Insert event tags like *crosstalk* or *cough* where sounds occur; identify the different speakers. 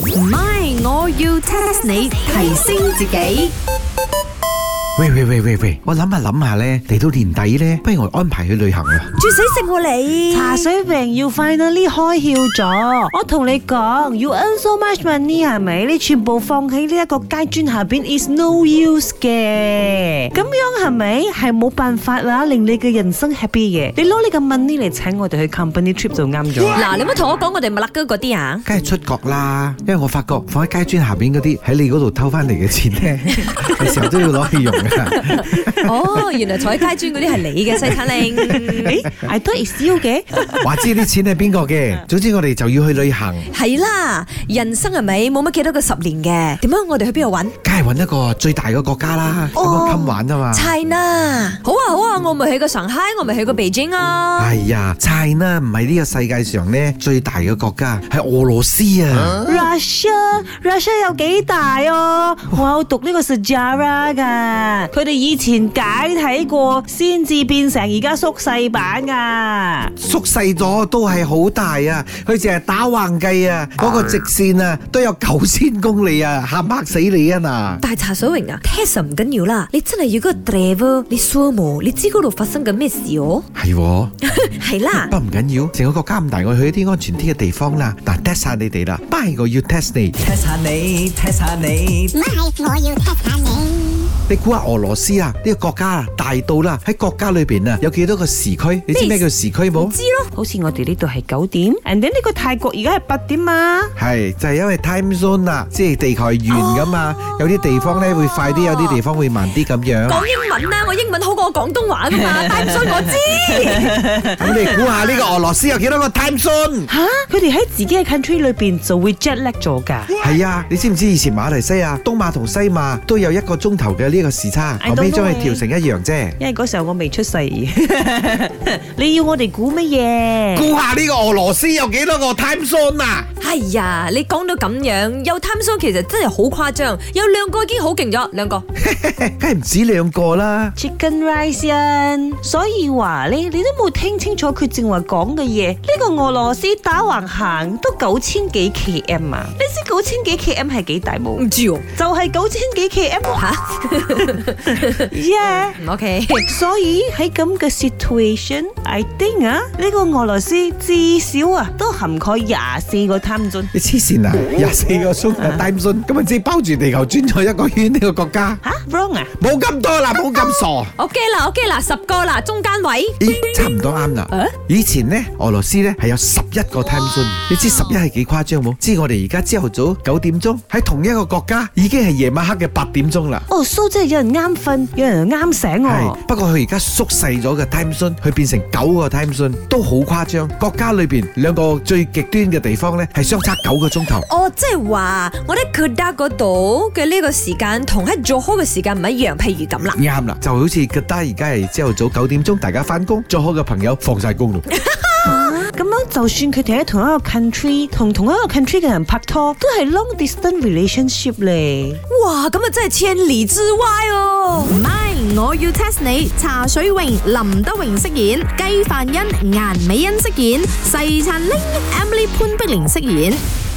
Speaker 1: 唔係，我要 test 你提升自己。
Speaker 2: 喂喂喂喂喂，我諗下諗下咧，嚟到年底咧，不如我安排去旅行啊！
Speaker 3: 住死食喎你！
Speaker 4: 茶水榮要 finally 開竅咗，我同你講，you earn so much money 係咪？你全部放喺呢一個階磚下邊，is no use 嘅。咁樣係咪係冇辦法啦，令你嘅人生 happy 嘅？你攞你嘅 money 嚟請我哋去 company trip 就啱咗。
Speaker 3: 嗱，你唔好同我講我哋麥勒哥嗰啲啊！
Speaker 2: 梗係出國啦，因為我發覺放喺街磚下邊嗰啲喺你嗰度偷翻嚟嘅錢咧，
Speaker 3: *laughs*
Speaker 2: 係時候都要攞去用啊噶。
Speaker 3: 哦，原來坐喺街磚嗰啲係你嘅西餐令，
Speaker 4: 誒，I thought is you 嘅，
Speaker 2: 話知啲錢係邊個嘅？總之我哋就要去旅行，
Speaker 3: 係啦，人生係咪冇乜幾多個十年嘅？點樣我哋去邊度揾
Speaker 2: 梗係揾一個最大嘅國家啦，咁
Speaker 3: 哦
Speaker 2: 我襟玩啊嘛。
Speaker 3: ？China，好 à, 啊好啊，我咪去過上海，我咪去過北京啊！
Speaker 2: 哎呀，China 唔係呢個世界上咧最大嘅國家，係俄羅斯啊！
Speaker 4: Russia Russia 有幾大哦？我有讀呢個 sejarah 噶，佢哋以前解體過，先至變成而家縮細版啊噶。
Speaker 2: 縮細咗都係好大啊！佢淨係打橫計啊，嗰、個直線啊都有九千公里啊，嚇嚇死你啊嗱！
Speaker 3: 但係茶水榮啊，Tessa 唔緊要啦，你真係要嗰個 driver，你 s u m 你知嗰度發生緊咩事哦？
Speaker 2: 係喎。
Speaker 3: 係啦
Speaker 2: 不。過唔緊要，成個國家咁大，我去一啲安全啲嘅地方啦。嗱，test 下你哋啦，拜我要 test 你。
Speaker 5: test 下你，test 下你
Speaker 6: 咪，我要 test 下你。
Speaker 2: 你估下俄羅斯啊？呢、個國家啊大到啦，喺國家裏邊啊有幾多個時區？你知咩叫時區冇？
Speaker 3: 知咯，
Speaker 4: 好似我哋呢度係九點，and then 呢個泰國而家係八點啊嘛。
Speaker 2: 係就係、因為 time zone 啊，即係地球係圓噶嘛，有啲地方咧會快啲，有啲地方會慢啲咁樣。
Speaker 3: 講英文啦，我英文好過我廣東話噶嘛，但係唔信我知。
Speaker 2: 咁你估下呢個俄羅斯有幾多個 time zone？
Speaker 4: 吓，佢哋喺自己嘅 country 裏邊就會 jet lag 咗㗎。
Speaker 2: 係啊，你知唔知以前馬來西亞東馬同西馬都有一個鐘頭嘅呢個時差，
Speaker 4: I
Speaker 2: 後尾
Speaker 4: don't know
Speaker 2: 將佢
Speaker 4: 啊
Speaker 2: 調成一樣啫。
Speaker 4: 因為嗰時候我未出世， *laughs* 你要我哋估乜嘢？
Speaker 2: 估下呢個俄羅斯有幾多個 time zone 啊？
Speaker 3: 哎呀，你講到咁樣，有 time zone 其實真係好誇張，有兩個已經好勁咗，兩個。
Speaker 2: 梗係唔止兩個啦。
Speaker 4: Chicken rice 人，所以話咧，你都冇聽清楚佢正話講嘅嘢。呢、個俄羅斯打橫行都九千幾 km 啊！你知九千幾 km 係幾大冇？
Speaker 3: 知喎。
Speaker 4: 就係九千幾 km
Speaker 3: 吓
Speaker 4: *laughs* ，yeah。
Speaker 3: 嗯，OK，
Speaker 4: 所以喺咁嘅 situation，I think 啊，呢個俄羅斯至少啊都涵蓋廿四個 time zone。
Speaker 2: 你黐線啊！廿四個鐘啊，time zone，咁咪即係包住地球轉咗一個圈呢個國家，
Speaker 4: 吓 wrong 啊！
Speaker 2: 冇咁多啦，冇咁傻。
Speaker 3: OK 啦，OK 啦，十個啦，中間位。
Speaker 2: 咦，差唔多啱啦。以前呢，俄羅斯呢係有十一個 time zone，你知十一係幾誇張冇？知我哋而家朝頭早九點鐘喺同一個國家已經係夜晚黑嘅八點鐘啦。
Speaker 4: 哦，蘇真係有人啱瞓，有人啱醒
Speaker 2: 係
Speaker 4: 哦。，
Speaker 2: 不過佢而家縮細咗嘅 time zone，佢變成九個 time zone 都好誇張。國家裏邊兩個最極端嘅地方呢，係相差九個鐘頭。
Speaker 3: 哦，即係話我喺 k u d a 嗰度嘅呢個時間同喺 Johor 嘅時間唔一樣，譬如咁啦。
Speaker 2: 啱啦，就好似吉打而家係朝頭早九點鐘，大家翻工，做好嘅朋友放晒工咯。
Speaker 4: 咁樣就算佢哋喺同一個 country，同同一個 country 嘅人拍拖，都係 long distance relationship 嚟。
Speaker 3: 哇，咁啊真係千里之外哦。
Speaker 1: 唔係，我要 test 你。茶水榮、林德榮飾演，雞凡欣、顏美欣飾演，細陳玲、Emily 潘碧玲飾演。